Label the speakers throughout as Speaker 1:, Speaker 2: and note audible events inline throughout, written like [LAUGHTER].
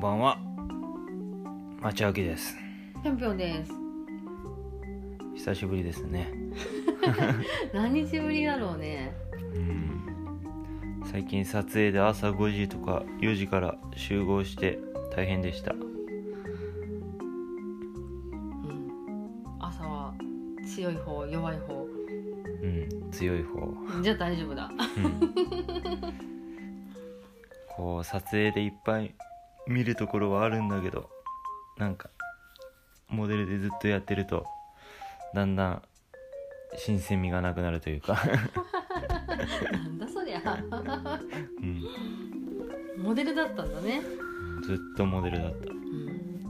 Speaker 1: ばんは町明です
Speaker 2: チャンピオンです。
Speaker 1: 久しぶりですね
Speaker 2: 何日ぶりだろうね。
Speaker 1: うん最近撮影で朝5時とか4時から集合して大変でした
Speaker 2: うん。朝は強い方、弱い方。
Speaker 1: うん強い方
Speaker 2: じゃあ大丈夫だ。
Speaker 1: [LAUGHS] こう撮影でいっぱい見るところはあるんだけどなんかモデルでずっとやってるとだんだん新鮮味がなくなるというか、
Speaker 2: [LAUGHS] なんだそりゃ。
Speaker 1: うん、
Speaker 2: [LAUGHS] モデルだったんだね。
Speaker 1: [LAUGHS] ずっとモデルだった
Speaker 2: うん。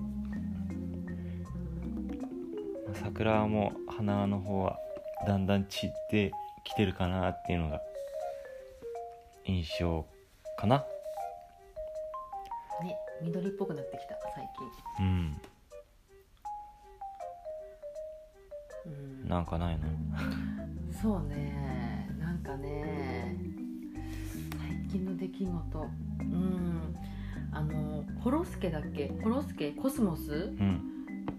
Speaker 1: 桜も花の方はだんだん散ってきてるかなっていうのが印象かな
Speaker 2: ね、緑っぽくなってきた最
Speaker 1: うん
Speaker 2: 近。うん。
Speaker 1: なんかないの
Speaker 2: そうね。なんかね。最近の出来事。うん。あのコロスケだっけ？コロスケコスモス
Speaker 1: うん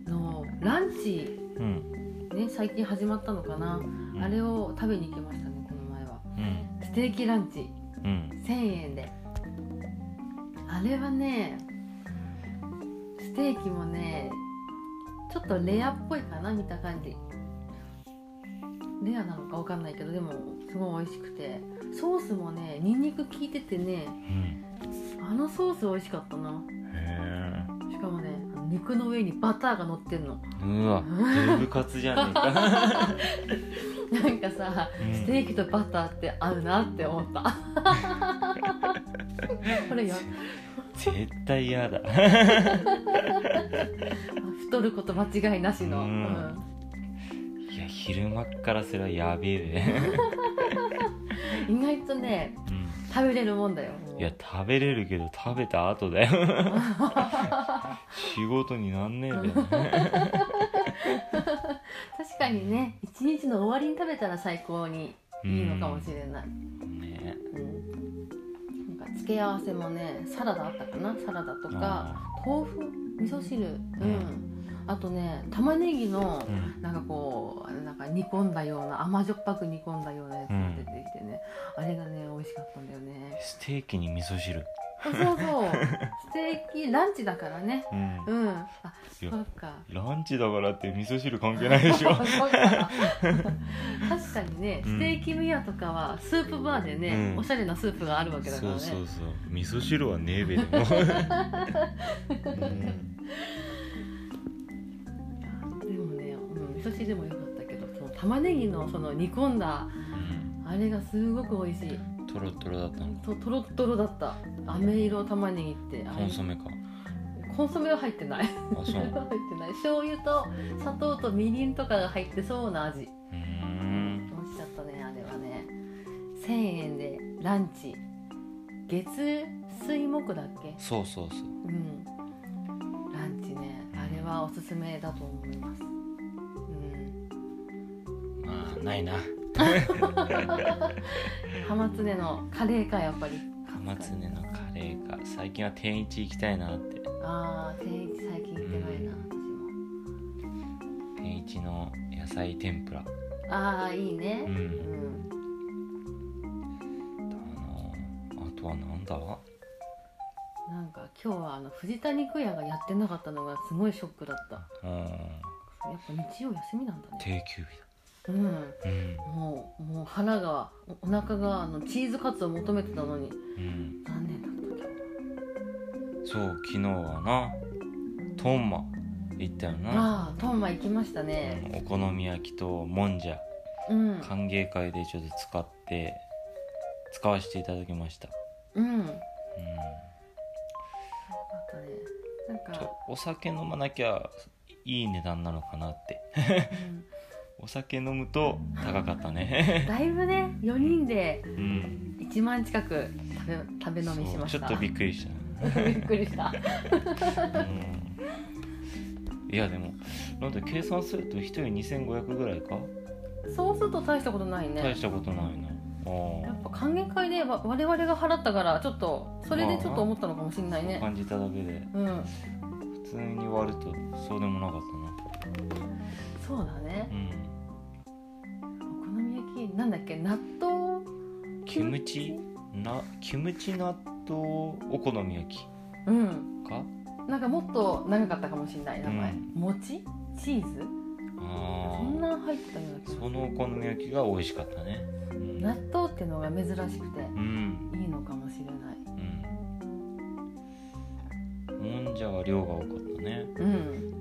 Speaker 2: のランチ
Speaker 1: うん
Speaker 2: ね最近始まったのかな。
Speaker 1: うん
Speaker 2: あれを食べに行きましたねこの前は。
Speaker 1: うん
Speaker 2: ステーキランチ
Speaker 1: うん
Speaker 2: 1000円であれはねステーキもねちょっとレアっぽいかな見た感じレアなのかわかんないけどでもすごい美味しくてソースもねニンニク効いててね
Speaker 1: うん
Speaker 2: あのソース美味しかったな
Speaker 1: へ
Speaker 2: しかもね肉の上にバターが乗ってんの
Speaker 1: えうわデブカツじゃねえか
Speaker 2: なんかさ
Speaker 1: うん
Speaker 2: ステーキとバターって合うなって思った [LAUGHS] これや
Speaker 1: 絶対嫌だ
Speaker 2: 太ること間違いなしの、
Speaker 1: う
Speaker 2: うんん
Speaker 1: いや昼間っからそれはやべえで、
Speaker 2: 意外とね
Speaker 1: う
Speaker 2: 食べれるもんだよ
Speaker 1: ん、いや食べれるけど食べた後だよ仕事になんねえべ
Speaker 2: 確かにね一日の終わりに食べたら最高にいいのかもしれない、
Speaker 1: ね
Speaker 2: うんなんか付け合わせもねサラダあったかなサラダとか
Speaker 1: あ
Speaker 2: 豆腐味噌汁うん、あとね玉ねぎの
Speaker 1: ーうん
Speaker 2: なんかこうなんか煮込んだような甘じょっぱく煮込んだようなやつが出てきてね、あれがね美味しかったんだよね
Speaker 1: ステーキに味噌汁
Speaker 2: そうそう [LAUGHS] ステーキランチだからね
Speaker 1: うん
Speaker 2: うんあ
Speaker 1: い
Speaker 2: そ
Speaker 1: や
Speaker 2: うか
Speaker 1: ランチだからって味噌汁関係ないでしょ
Speaker 2: [LAUGHS] そうか確かにね、
Speaker 1: うん
Speaker 2: ステーキミアとかはスープバーでね、
Speaker 1: うん
Speaker 2: おしゃれなスープがあるわけだからね
Speaker 1: そう味噌汁はねえべでもうん
Speaker 2: でもね、うん、味噌汁も良かったけどその玉ねぎのその煮込んだあれがすごく美味しい
Speaker 1: トロトロだったのか
Speaker 2: ととろっとろだった飴色玉ねぎってあれ
Speaker 1: コンソメか
Speaker 2: コンソメは入ってない
Speaker 1: あそ
Speaker 2: [LAUGHS] 入っ
Speaker 1: う
Speaker 2: てない醤油と砂糖とみりんとかが入ってそうな味
Speaker 1: うー
Speaker 2: 美
Speaker 1: ん
Speaker 2: 味しかったねあれはね1000円でランチ月水木だっけ
Speaker 1: そうそうそう
Speaker 2: うんランチねあれはおすすめだと思いますうん
Speaker 1: まあないな
Speaker 2: 浜常のカレーかやっぱり
Speaker 1: 浜常のカレーか最近は天一行きたいなって
Speaker 2: ああ天一最近行ってないな私も
Speaker 1: 天一の野菜天ぷら
Speaker 2: ああいいうねうんん
Speaker 1: あのあとはなんだ
Speaker 2: なんか今日はあの藤田肉屋がやってなかったのがすごいショックだった
Speaker 1: うん
Speaker 2: やっぱ日曜休みなんだね
Speaker 1: 定休日
Speaker 2: うん
Speaker 1: だうん
Speaker 2: もうもう腹がおお腹があのチーズカツを求めてたのに
Speaker 1: うん
Speaker 2: 残念だった今日
Speaker 1: そう昨日はなトンマ行ったよな、
Speaker 2: ああトンマ行きましたね
Speaker 1: お好み焼きともんじゃ
Speaker 2: うん
Speaker 1: 歓迎会でちょっと使って使わせていただきました、
Speaker 2: うんよ
Speaker 1: う
Speaker 2: かったねなん
Speaker 1: ん、ち
Speaker 2: か
Speaker 1: ょ、お酒飲まなきゃいい値段なのかなって
Speaker 2: う
Speaker 1: お酒飲むと高かったね
Speaker 2: [LAUGHS] んだいぶね4人で
Speaker 1: うん
Speaker 2: 1万近く食べ食べ飲みしま
Speaker 1: そ
Speaker 2: し
Speaker 1: うちょ
Speaker 2: た
Speaker 1: っとび
Speaker 2: び
Speaker 1: っくりし
Speaker 2: っくりした
Speaker 1: た、うん、いやでもなんだ計算すると1人2500ぐらいか
Speaker 2: そうすると大したことない
Speaker 1: 大
Speaker 2: ね
Speaker 1: したことないなお
Speaker 2: やっぱ歓迎会でわ我々が払ったからちょっとそれでちょっと思ったのかもしれないね
Speaker 1: 感じただけで
Speaker 2: うん
Speaker 1: 普通に割るとそうでもなかったな
Speaker 2: そうだね
Speaker 1: うん
Speaker 2: お好み焼きなんだっけ納豆
Speaker 1: キムチなキムチ納豆お好み焼き
Speaker 2: うん
Speaker 1: か
Speaker 2: なんかもっと長かったかもしれない名前、
Speaker 1: うん
Speaker 2: 餅チーズそ
Speaker 1: あ
Speaker 2: ん
Speaker 1: あ
Speaker 2: なん入ってたような気がす
Speaker 1: そ
Speaker 2: る
Speaker 1: のお好み焼きが美味しかったねうん
Speaker 2: 納豆ってのが珍しくて
Speaker 1: うん
Speaker 2: いいのかもしれない
Speaker 1: うんもんじゃは量が多かったね
Speaker 2: う
Speaker 1: う
Speaker 2: ん
Speaker 1: ん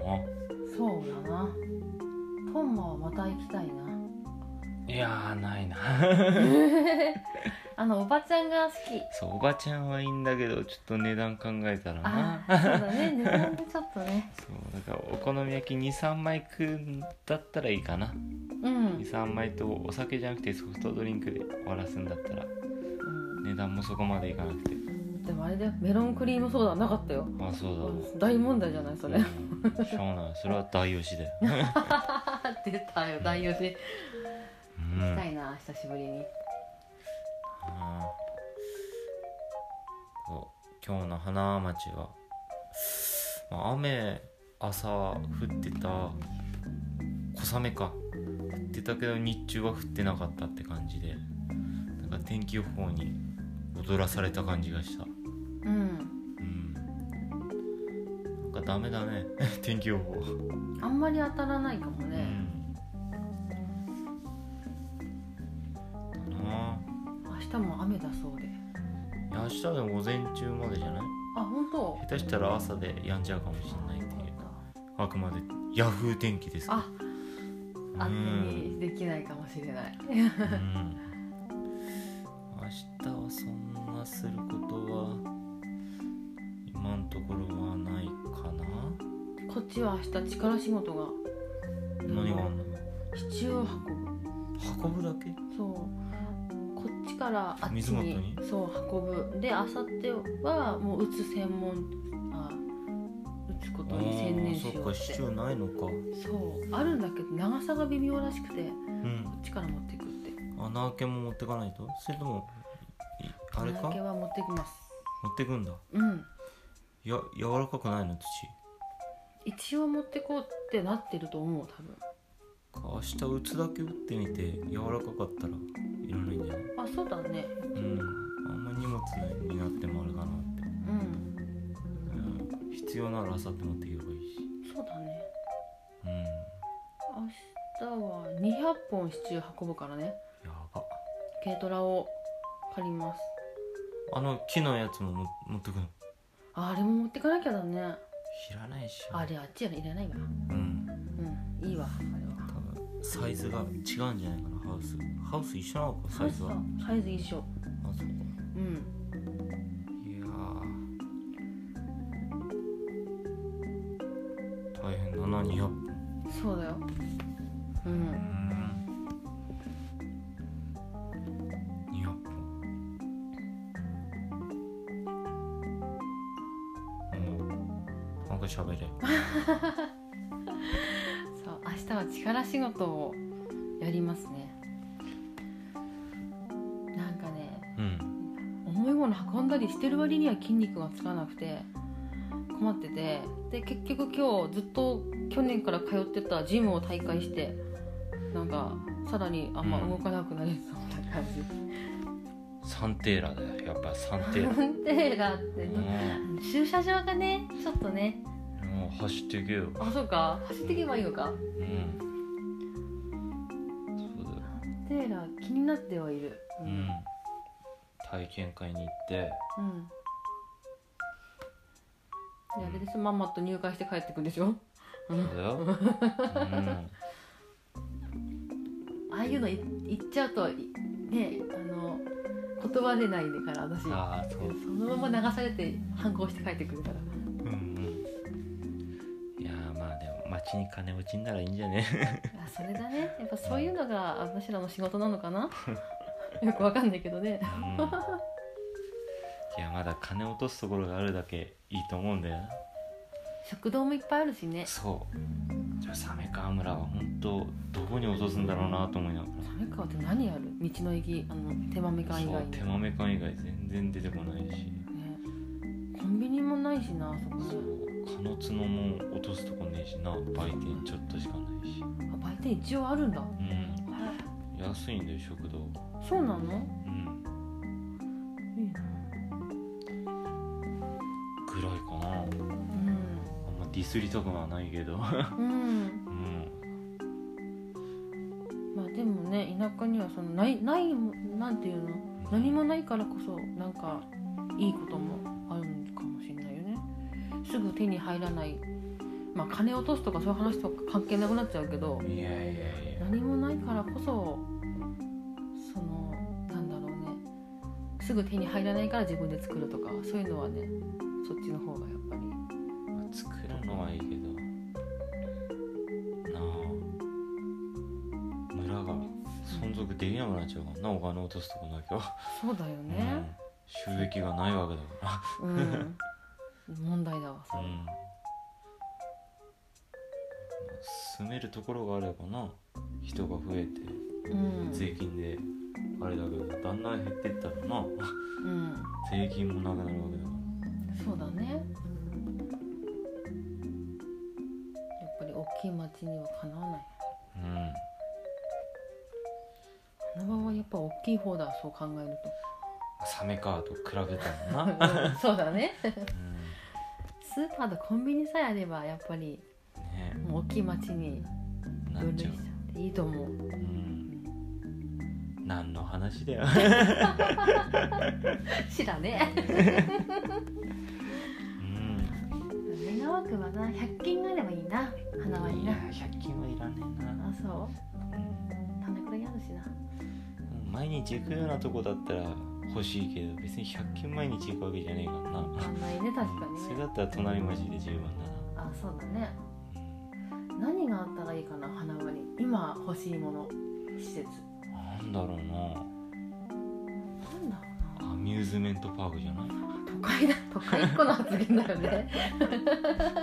Speaker 1: だな
Speaker 2: そうだなトンマはまた行きたいな
Speaker 1: [LAUGHS]
Speaker 2: い
Speaker 1: やーないな
Speaker 2: あのおばちゃんが好き
Speaker 1: そうおばちゃんはいいんだけどちょっと値段考えたら
Speaker 2: あ
Speaker 1: な
Speaker 2: あそうだね値段でちょっ
Speaker 1: [LAUGHS]
Speaker 2: とね
Speaker 1: そうだからお好み焼き23枚食うんだったらいいかな
Speaker 2: うん、
Speaker 1: 23枚とお酒じゃなくてソフトドリンクで終わらすんだったら
Speaker 2: うん
Speaker 1: 値段もそこまでいかなくて
Speaker 2: でもあれだよメロンクリームソーダなかったよ
Speaker 1: あそうだ
Speaker 2: 大問題じゃないそれ
Speaker 1: うんしょうがないそれは代用しだよ、
Speaker 2: [LAUGHS] 出たよ大吉行
Speaker 1: うん、
Speaker 2: きたいな久しぶりに
Speaker 1: あーそう今日の花町は、まあ、雨朝降ってた小雨か降ってたけど日中は降ってなかったって感じでなんか天気予報に踊らされた感じがした
Speaker 2: うん
Speaker 1: うんなんかダメだね [LAUGHS] 天気予報
Speaker 2: あんまり当たらないかも
Speaker 1: う
Speaker 2: ね、
Speaker 1: んだな
Speaker 2: 明日も雨だそうで
Speaker 1: あいや明日でも午前中までじゃない
Speaker 2: あ本当
Speaker 1: 下手したら朝でやんじゃうかもしれないっていうあくまでヤフー天気です
Speaker 2: あ
Speaker 1: うん
Speaker 2: 当てにできないかもしれない
Speaker 1: うん明日はそんなすることは今のところはないかな
Speaker 2: こっちは明日力仕事が
Speaker 1: 何があんの
Speaker 2: 支柱を運ぶ
Speaker 1: 運ぶだけ
Speaker 2: そうこっちからあっち
Speaker 1: 水元
Speaker 2: に
Speaker 1: に
Speaker 2: そう運ぶで明後日はもう打つ専門あ打つことに専念し
Speaker 1: あーそ
Speaker 2: よ
Speaker 1: っ
Speaker 2: う
Speaker 1: か
Speaker 2: って
Speaker 1: 支柱ないのか
Speaker 2: そうあるんだけど長さが微妙らしくてこ
Speaker 1: うん
Speaker 2: っちから持っていくって
Speaker 1: 穴あけも持ってかないとそれともいあれか
Speaker 2: 穴開け
Speaker 1: 持
Speaker 2: は持ってきます
Speaker 1: ってくんだ
Speaker 2: うん
Speaker 1: や柔らかくないの土
Speaker 2: 一応持ってこうってなってると思う多分
Speaker 1: か明日打つだけ打ってみて柔らかかったらいらないんじゃない
Speaker 2: あそうだね
Speaker 1: うん、あんま荷物になってもあれだなって、
Speaker 2: うん
Speaker 1: うん、必要ならあさって持っていけばいいし
Speaker 2: そうだね
Speaker 1: うん
Speaker 2: 明日は200本支柱運ぶからね
Speaker 1: やば
Speaker 2: 軽トラを借ります
Speaker 1: あの木のやつもも持ってくの
Speaker 2: ああれも持ってかなきゃだね
Speaker 1: いらないし
Speaker 2: あれあっちやねいらないわ
Speaker 1: うん
Speaker 2: うんいいわあれは
Speaker 1: 多分サイズが違うんじゃないかなハウスハウス一緒なのかサイズは
Speaker 2: サイズ一緒
Speaker 1: あそうか
Speaker 2: うん
Speaker 1: いやー大変だな200本
Speaker 2: そうだようん
Speaker 1: うん200本もうなんか喋れ
Speaker 2: そう明日は力仕事をやりますねなんかね
Speaker 1: うん
Speaker 2: 重いもの運んだりしてる割には筋肉がつかなくて困っててで結局今日ずっと去年から通ってたジムを退会してなんかさらにあんま動かなくなりそうな感じ、
Speaker 1: サンテーラだよやっぱサンテーラ
Speaker 2: フン [LAUGHS] テーラって
Speaker 1: も
Speaker 2: 駐車場がねちょっとね
Speaker 1: うもう走っていけよ
Speaker 2: あそうか走っていけばいいのか
Speaker 1: うんそうだよ
Speaker 2: フンテーラ気になってはいる
Speaker 1: うん体験会に行って
Speaker 2: うん。であれでしょ、まんまと入会して帰ってくるでしょ。
Speaker 1: そうだよ、うん、
Speaker 2: ああいうのい言っちゃうといねあの言葉出ないから私。そ
Speaker 1: ああそう
Speaker 2: のまま流されて反抗して帰ってく
Speaker 1: [LAUGHS]
Speaker 2: るから。
Speaker 1: うんうんいやーまあでも町に金落ちんならいいんじゃね
Speaker 2: あそれだね。やっぱそういうのが私らの仕事なのかな。 [LAUGHS] よくわかんないけどね
Speaker 1: う。んいやまだ金落とすところがあるだけいいと思うんだよな
Speaker 2: 食堂もいっぱいあるしね。
Speaker 1: そうじゃあサメ川村は本当どこに落とすんだろうなと思いなが
Speaker 2: サメ川って何ある道の駅あの手豆
Speaker 1: ら
Speaker 2: 缶以
Speaker 1: そう
Speaker 2: 外に、
Speaker 1: 手
Speaker 2: ね、
Speaker 1: 豆缶以外全然出てこないし
Speaker 2: コンビニもないしなあそこね
Speaker 1: そうの角も落とすとこねえしな売店ちょっとしかないし
Speaker 2: あ売店一応あるんだ
Speaker 1: うん安いんだよ食堂
Speaker 2: そうなの
Speaker 1: うん
Speaker 2: いいな
Speaker 1: ぐらいかなあん
Speaker 2: う
Speaker 1: まディスりたくはないけど
Speaker 2: ん、うん
Speaker 1: うん
Speaker 2: まあでもね田舎にはそのないないもなんていうの何もないからこそなんかいいこともあるのかもしれないよねすぐ手に入らないまあ金落とすとかそういう話とか関係なくなっちゃうけど
Speaker 1: いやいやいや
Speaker 2: 何もないからこそそのなんだろうねすぐ手に入らないから自分で作るとかそういうのはねそっちの方がやっぱり
Speaker 1: まあ作るのはいいけどなあ村が存続できなくなっちゃうからなお金落とすとこなきゃ
Speaker 2: そうだよね、
Speaker 1: うん収益がないわけだか
Speaker 2: うん、問題だわそ
Speaker 1: ら、
Speaker 2: れ
Speaker 1: うんまあ住めるところがあればな人が増えて
Speaker 2: うん
Speaker 1: 税金であれだけどだんだん減ってったらな
Speaker 2: うん
Speaker 1: 税金もなくなるわけだか
Speaker 2: そうだねやっぱり大きい町にはかなわない
Speaker 1: らうん
Speaker 2: 花輪はやっぱ大きい方だそう考える
Speaker 1: サメカーと比べたらな、
Speaker 2: [LAUGHS] とうんそうだね
Speaker 1: う
Speaker 2: スーパーとコンビニさえあればやっぱり
Speaker 1: ん、ね
Speaker 2: もう大きい町に
Speaker 1: なっ
Speaker 2: 分類
Speaker 1: ちゃ
Speaker 2: しちゃ
Speaker 1: う、
Speaker 2: っていいと思う、う
Speaker 1: うん、
Speaker 2: ん、
Speaker 1: 何の話だよ
Speaker 2: 知らねえ
Speaker 1: うん
Speaker 2: 目川区はな100均があればいいな花輪に
Speaker 1: い
Speaker 2: な
Speaker 1: や100均はいらねえな、
Speaker 2: あそ
Speaker 1: う
Speaker 2: う
Speaker 1: ん
Speaker 2: なんだこれやるしな
Speaker 1: 毎日行くようなとこだったら欲しいけど別に100均毎日行くわけじゃねえからな
Speaker 2: あんまりね確かに
Speaker 1: それ
Speaker 2: ね
Speaker 1: だったら隣町で十分だ
Speaker 2: あそうだね
Speaker 1: な、
Speaker 2: 何があったらいいかな花輪に今欲しいもの施設
Speaker 1: うん、なんだろう
Speaker 2: なんだろうな
Speaker 1: なアミューズメントパークじゃない
Speaker 2: 都会だ都会っ子の発言だよね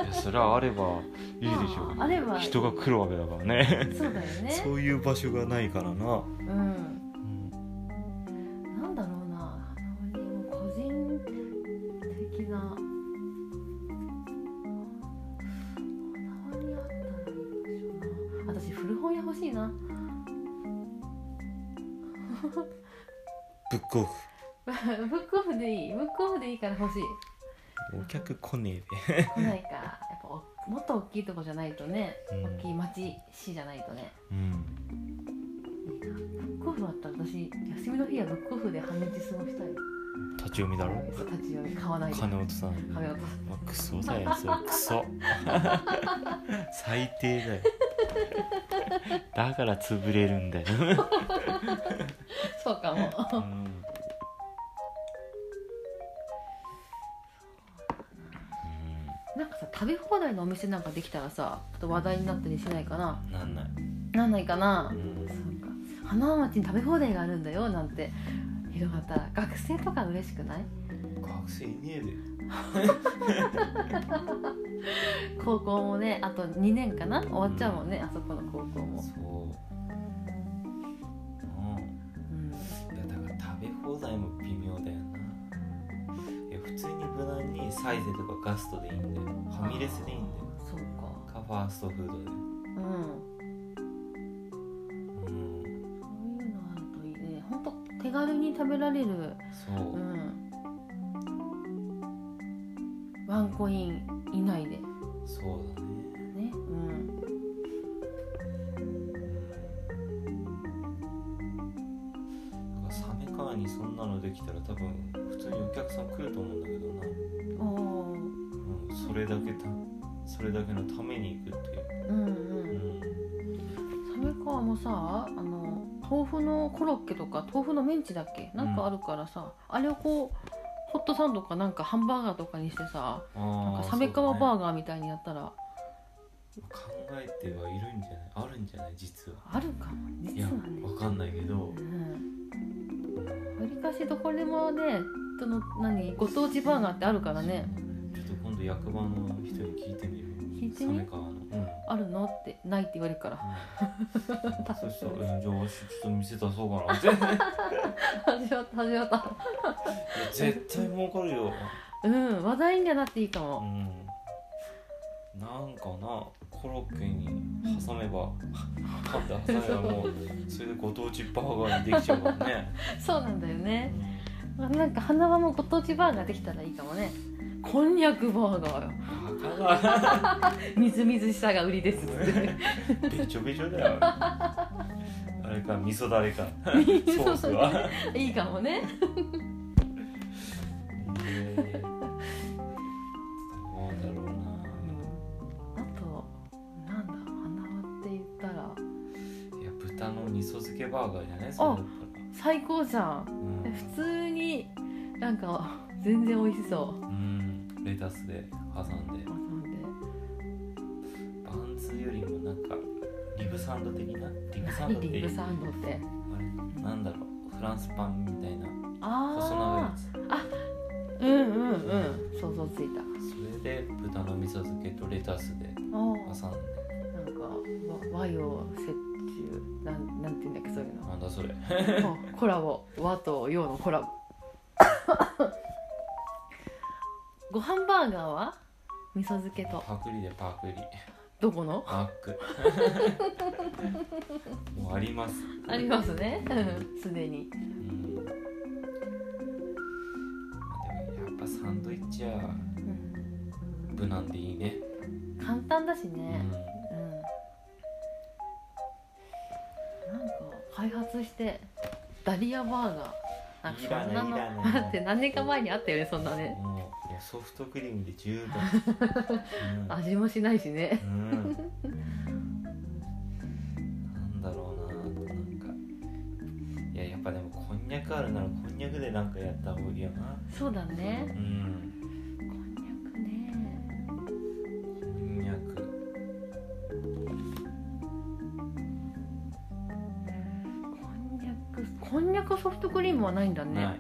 Speaker 1: いやそれはあればいいでしょう
Speaker 2: まああれば
Speaker 1: 人が来るわけだからね
Speaker 2: そうだよね
Speaker 1: ういう場所がないからな、
Speaker 2: うん
Speaker 1: うん、
Speaker 2: なんだろうな花輪も個人的な花輪にあったらいいかしらな私古本屋欲しいな [LAUGHS]
Speaker 1: ブックオフ
Speaker 2: ブックオフでいいブックオフでいいから
Speaker 1: [LAUGHS]
Speaker 2: 欲しい
Speaker 1: お客来ね
Speaker 2: 来ないかやっぱおもっと大きいとこじゃないとね、
Speaker 1: うん
Speaker 2: 大きい町市じゃないとね
Speaker 1: えでうん
Speaker 2: いいなブックオフあったら私休みの日はブックオフで半日過ごしたい
Speaker 1: 立ち読みだろ
Speaker 2: 立ち読み買わないで
Speaker 1: 金落とさない
Speaker 2: 金を落とす
Speaker 1: まあ、クソだよそれクソ [LAUGHS] 最低だよだから潰れるんだよ、
Speaker 2: そうかも。
Speaker 1: うん
Speaker 2: なんかさ食べ放題のお店なんかできたらさちょっと話題になったりしないかな
Speaker 1: うん、なんない、
Speaker 2: なんないかな、
Speaker 1: うん
Speaker 2: そうか花輪町に食べ放題があるんだよなんて広がったら学生とか嬉しくない
Speaker 1: 学生いねえで
Speaker 2: 高校もねあと2年かな終わっちゃうもんね、あそこの高校も、
Speaker 1: そう
Speaker 2: う
Speaker 1: うん
Speaker 2: ん、
Speaker 1: いやだから食べ放題も微妙だよないや普通に無難にサイゼとかガストでいいんだよファミレスでいいんだよ
Speaker 2: そうか
Speaker 1: かファーストフードで
Speaker 2: うん
Speaker 1: うん
Speaker 2: そういうのあるといいねほんと手軽に食べられる
Speaker 1: そう、
Speaker 2: うんワンコイン以内で
Speaker 1: そうだね
Speaker 2: ねうん
Speaker 1: なんかサメカーにそんなのできたら多分普通にお客さん来ると思うんだけどな、
Speaker 2: おおー
Speaker 1: うん、それだけたそれだけのために行くっていう、
Speaker 2: うん
Speaker 1: う
Speaker 2: う、
Speaker 1: んん、
Speaker 2: サメカワもさあの豆腐のコロッケとか豆腐のメンチだっけなんかあるからさ、あれをこうホットサンドかなんかハンバーガーとかにしてさなん
Speaker 1: あ
Speaker 2: かサメカワバ
Speaker 1: ー
Speaker 2: ーガーみたいにやったら、
Speaker 1: 考えてはいるんじゃないあるんじゃない実は
Speaker 2: あるかも
Speaker 1: い
Speaker 2: 実
Speaker 1: や
Speaker 2: はね
Speaker 1: わかんないけど
Speaker 2: うんわりかしどこでもねその何ご当地バーガーってあるからね
Speaker 1: ちょっと今度役場の人に聞いてみる
Speaker 2: 聞いて
Speaker 1: サメ
Speaker 2: み
Speaker 1: カーの、うん、
Speaker 2: ああるのってないって言われるから
Speaker 1: そしたらうん「じゃあわしちょっと店出そうかな」全然
Speaker 2: 始まった始まった
Speaker 1: いや絶対儲かるよ
Speaker 2: うん話題にはなっていいか
Speaker 1: う
Speaker 2: も
Speaker 1: んなんかなコロッケに挟めばパンで挟めばもうそれでご当地バーガーにできちゃうからね、
Speaker 2: そうなんだよ
Speaker 1: う
Speaker 2: ね
Speaker 1: ん
Speaker 2: なんか花輪もご当地バーガーできたらいいかもねこんにゃくバーガーよ
Speaker 1: バカだ
Speaker 2: みずみずしさが売りですっつって
Speaker 1: べちょべちょだよあれか味噌だれかソースは、
Speaker 2: いいかもね
Speaker 1: えーどうだろうな
Speaker 2: あとなんだ花輪って言ったら
Speaker 1: いや豚の味噌漬けバーガーじゃないそれだったら
Speaker 2: 最高じゃん
Speaker 1: うん
Speaker 2: 普通になんか全然美味しそ
Speaker 1: う
Speaker 2: う
Speaker 1: んレタスで挟んで
Speaker 2: あなんで
Speaker 1: バンズよりもなんかリブサンド的なリブサンド
Speaker 2: 何
Speaker 1: って
Speaker 2: リ
Speaker 1: い
Speaker 2: ブ
Speaker 1: う
Speaker 2: サンドって
Speaker 1: あれなんだろうフランスパンみたいな細長いや
Speaker 2: あ
Speaker 1: つ
Speaker 2: あうんうんうん想像ついた
Speaker 1: それで豚の味噌漬けとレタスで
Speaker 2: あー
Speaker 1: 挟んで
Speaker 2: なんかわ和洋折衷なんなんて言うんだっけそういうの
Speaker 1: なんだそれ
Speaker 2: もうコラボ和と洋のコラボご飯バーガーは味噌漬けと
Speaker 1: パクリでパクリ
Speaker 2: どこの
Speaker 1: マッ
Speaker 2: [LAUGHS]
Speaker 1: クもうあります
Speaker 2: ありますねうんすでに
Speaker 1: うんでもやっぱサンドイッチは
Speaker 2: うん
Speaker 1: 無難でいいね
Speaker 2: 簡単だし
Speaker 1: う
Speaker 2: ね
Speaker 1: ん
Speaker 2: うんなんか開発してダリアバーガーなんかそんないの
Speaker 1: らないいらない
Speaker 2: [LAUGHS] 待って何年か前にあったよねそんなね
Speaker 1: もういやソフトクリームで
Speaker 2: [LAUGHS]
Speaker 1: 十分
Speaker 2: 味もしないしね
Speaker 1: うん、うん、なんだろうななんかいややっぱでもこんにゃくあるならこんにゃくでなんかやった方がいいよな
Speaker 2: そうだね
Speaker 1: うん
Speaker 2: こんにゃくね
Speaker 1: こんにゃく
Speaker 2: こんにゃくこんにゃくソフトクリームはないんだね
Speaker 1: ない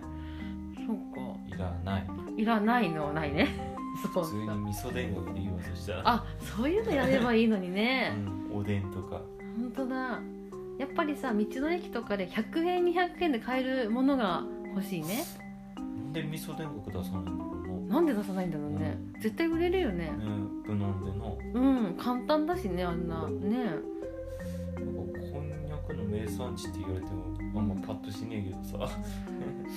Speaker 2: そうか
Speaker 1: いらない
Speaker 2: いらないのはないね [LAUGHS] そ
Speaker 1: 普
Speaker 2: う
Speaker 1: 通に
Speaker 2: か
Speaker 1: 味噌田楽でいいわそしたら
Speaker 2: あそういうのやればいいのに
Speaker 1: う
Speaker 2: ね
Speaker 1: ん、おでんとか
Speaker 2: 本当だやっぱりさ道の駅とかで100円200円で買えるものが欲しいね
Speaker 1: なんで味噌田楽出さないんだろ
Speaker 2: なんで出さないんだろうね絶対売れるよね
Speaker 1: うなねぶ飲んでの
Speaker 2: うん簡単だしねあんなね
Speaker 1: なんかこんにゃくの名産地って言われてもあんまパッとしねえけどさ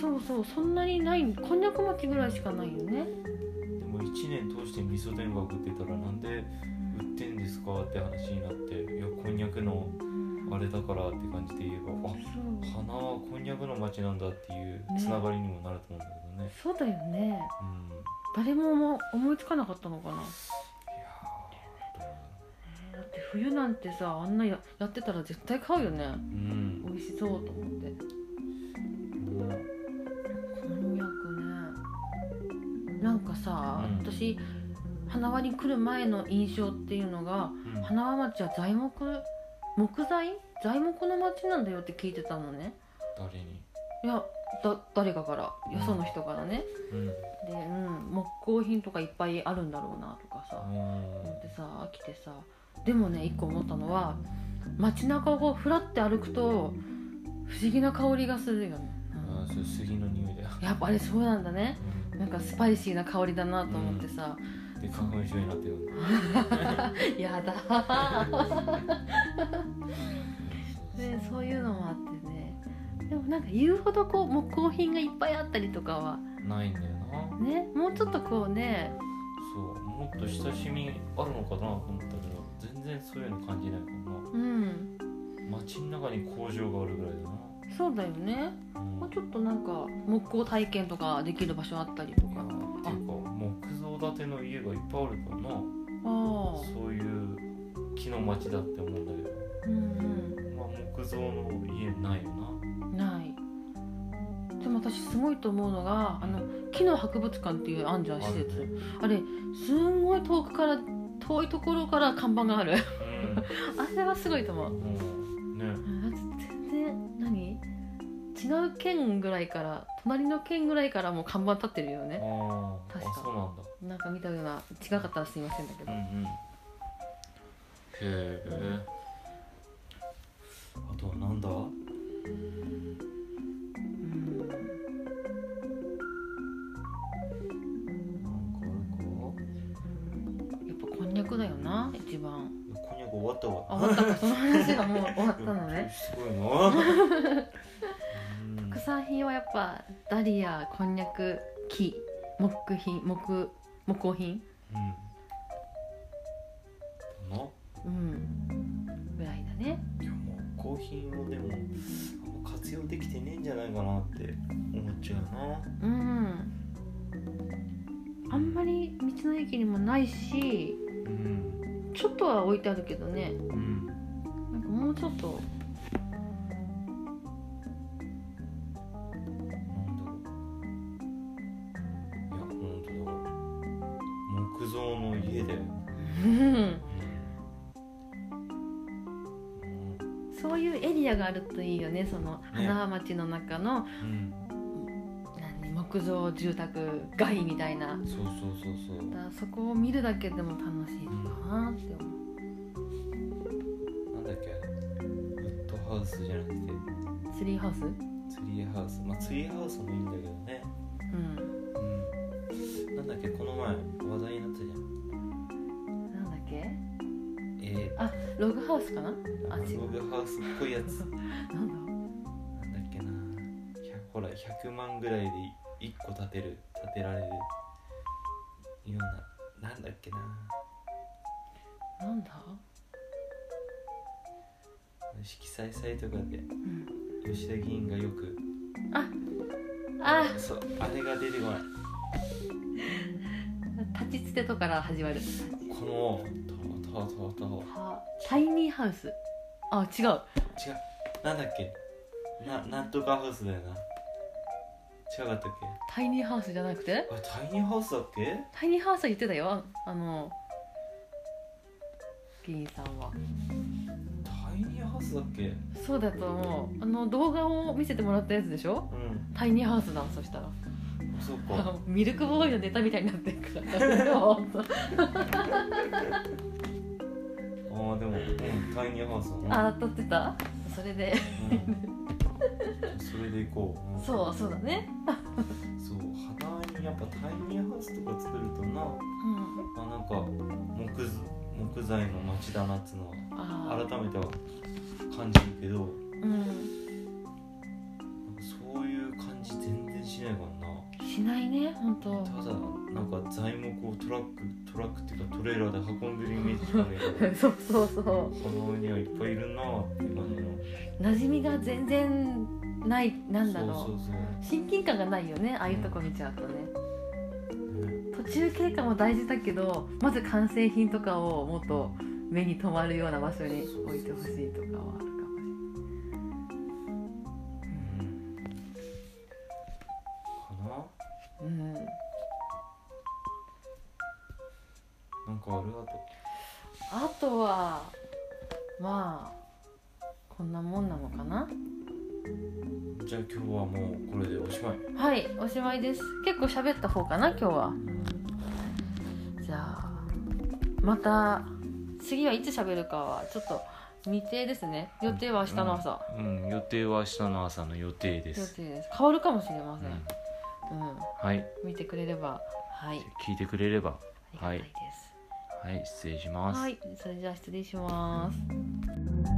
Speaker 2: そうそうそんなにないこんにゃく餅ぐらいしかないよね
Speaker 1: でも1年通して味噌田楽って言ったらなんで売ってんですかって話になっていやこんにゃくのあれだからって感じで言えばあ
Speaker 2: そう
Speaker 1: 花はこんにゃくの町なんだっていうつながりにもなると思うんだけどね
Speaker 2: そうだよね
Speaker 1: うん
Speaker 2: 誰も思思いつかなかったのかな、
Speaker 1: い
Speaker 2: ね
Speaker 1: や
Speaker 2: だって冬なんてさあんなややってたら絶対買うよね
Speaker 1: ーうん
Speaker 2: 美味しそうと思ってこんにゃくねなんかさ、
Speaker 1: うん
Speaker 2: 私花輪に来る前の印象っていうのが
Speaker 1: うん
Speaker 2: 花輪町は材木木材材木の町なんだよって聞いてたのね
Speaker 1: 誰に
Speaker 2: いやだ誰かから
Speaker 1: うん
Speaker 2: よその人からね、
Speaker 1: うん
Speaker 2: で、うん、木工品とかいっぱいあるんだろうなとかさ思
Speaker 1: あ
Speaker 2: ってさ飽きてさでもね一個思ったのは街中をこうふらって歩くと不思議な香りがするよね、うん
Speaker 1: ーそれ杉の匂いだよ
Speaker 2: やっぱあれそうなんだねなんかスパイシーな香りだなと思ってさ、
Speaker 1: で花粉症になってる
Speaker 2: やだーねそういうのもあってねでもなんか言うほどこう木工品がいっぱいあったりとかは
Speaker 1: ないんだよな
Speaker 2: ねもうちょっとこうね
Speaker 1: そうもっと親しみあるのかなと思ったけど全然そういうの感じないからな
Speaker 2: うん
Speaker 1: 街の中に工場があるぐらいだ
Speaker 2: そうだよね
Speaker 1: な、うん、
Speaker 2: も
Speaker 1: っ
Speaker 2: うちょっとなんか木工体験とかできる場所あったりとか
Speaker 1: ていうか木造建ての家がいっぱいあるからな
Speaker 2: ああ
Speaker 1: そういう木の町だって思うんだけど、
Speaker 2: うん
Speaker 1: まあ、木造の家ないよな
Speaker 2: うんないでも私すごいと思うのがあの木の博物館っていうアンジャン施設あれすんごい遠くから遠いところから看板がある [LAUGHS] あれはすごいと思う
Speaker 1: うん、うん、
Speaker 2: [LAUGHS]
Speaker 1: ね
Speaker 2: あ全然何違う県ぐらいから隣の県ぐらいからもう看板立ってるよ
Speaker 1: あ
Speaker 2: ね
Speaker 1: ー
Speaker 2: 確か
Speaker 1: あそうなんだ
Speaker 2: なんか見たような違かったらすいませんだけ
Speaker 1: う
Speaker 2: ど
Speaker 1: んうんへえあとはなんだ
Speaker 2: うん
Speaker 1: なんかある
Speaker 2: やっぱこんにゃくだよな一番
Speaker 1: かこんにゃく終わったわ
Speaker 2: あ終わったかその話がもう終わったのね
Speaker 1: すごいな
Speaker 2: [LAUGHS]
Speaker 1: [LAUGHS] うん
Speaker 2: 特産品はやっぱダリアこんにゃく木木品木木工品
Speaker 1: うんだな
Speaker 2: うんぐらいだね
Speaker 1: いやもうコーヒーをでもあんま活用できてねえんじゃないかなって思っちゃうな
Speaker 2: うんあんまり道の駅にもないし
Speaker 1: うん
Speaker 2: ちょっとは置いてあるけどね
Speaker 1: うん
Speaker 2: なんかもうちょっと
Speaker 1: なんだろういや本当だ木造の家だよ、
Speaker 2: うん
Speaker 1: うん
Speaker 2: そういうエリアがあるといいよねその花街の中の、
Speaker 1: うん、
Speaker 2: 何木造住宅街みたいな
Speaker 1: そうそうそうそう
Speaker 2: だからそこを見るだけでも楽しいのかなって思う
Speaker 1: なんだっけウッドハウスじゃなくて
Speaker 2: ツリーハウス
Speaker 1: ツリーハウスまあツリーハウスもいいんだけどね
Speaker 2: うん
Speaker 1: うんなんだっけこの前話題になったじゃん
Speaker 2: なんだっけ
Speaker 1: えー、
Speaker 2: あログハウスかなあ違
Speaker 1: ロ
Speaker 2: う
Speaker 1: グハウスっぽいやつ
Speaker 2: なんだ
Speaker 1: なんだっけなひゃほら100万ぐらいで1個建てる建てられるようななんだっけな
Speaker 2: なんだ、
Speaker 1: 色彩祭とかで
Speaker 2: うん、
Speaker 1: 吉田議員がよく
Speaker 2: ああ
Speaker 1: そうあれが出てこない
Speaker 2: 立ちつてとから始まる
Speaker 1: このとととと
Speaker 2: タタイニーハウスあ違う
Speaker 1: 違うなんだっけななんとかハウスだよな違かったっけ
Speaker 2: タイニーハウスじゃなくて
Speaker 1: あタイニーハウスだっけ
Speaker 2: タイニーハウスは言ってたよあの議員さんは
Speaker 1: タイニーハウスだっけ
Speaker 2: そうだと思うあの動画を見せてもらったやつでしょ
Speaker 1: うん
Speaker 2: タイニーハウスだそしたら
Speaker 1: そうか
Speaker 2: ミルクボーイのネタみたいになってるから [LAUGHS] 本当
Speaker 1: あーでも、うん、タイニーハウスだな
Speaker 2: あ撮ってたそれで
Speaker 1: うんそれでいこう、うん
Speaker 2: そうそうだね
Speaker 1: そう花にやっぱタイニーハウスとか作るとな、
Speaker 2: うん
Speaker 1: まあ、なんか木ず木材の町だなっつうの
Speaker 2: あ
Speaker 1: は
Speaker 2: あ
Speaker 1: 改めては感じるけど
Speaker 2: うん
Speaker 1: なんかそういう感じ全然しないからな
Speaker 2: しないね本当
Speaker 1: ただなんか材木をトラックトラックっていうかトレーラーで運んでるイメージしかないから
Speaker 2: [LAUGHS] そうそうそ
Speaker 1: 花にはいっぱいいるなっていう感じの
Speaker 2: う馴染みが全然ないなんだろう
Speaker 1: そうそう
Speaker 2: 親近感がないよねああいうとこ見ちゃうとね
Speaker 1: そう、ね
Speaker 2: 途中経過も大事だけどまず完成品とかをもっと目に留まるような場所に置いてほしいとかはあるかもし
Speaker 1: うん、かな
Speaker 2: れない、うん
Speaker 1: なんかあるあと
Speaker 2: あとはまあこんなもんなのかな
Speaker 1: じゃあ今日はもうこれでおしまい。
Speaker 2: はいおしまいです結構喋った方かな今日はじゃあまた次はいつ喋るかはちょっと未定ですね予定は明日の朝、
Speaker 1: うん、予定は明日の朝の予定で
Speaker 2: 予
Speaker 1: す。
Speaker 2: 定です変わるかもしれま
Speaker 1: う
Speaker 2: せん、
Speaker 1: ん、
Speaker 2: うん
Speaker 1: はい、
Speaker 2: 見てくれればはい
Speaker 1: 聞いてくれれば、
Speaker 2: ありがたいで
Speaker 1: はい、失礼します
Speaker 2: す。はい、それじゃあ失礼します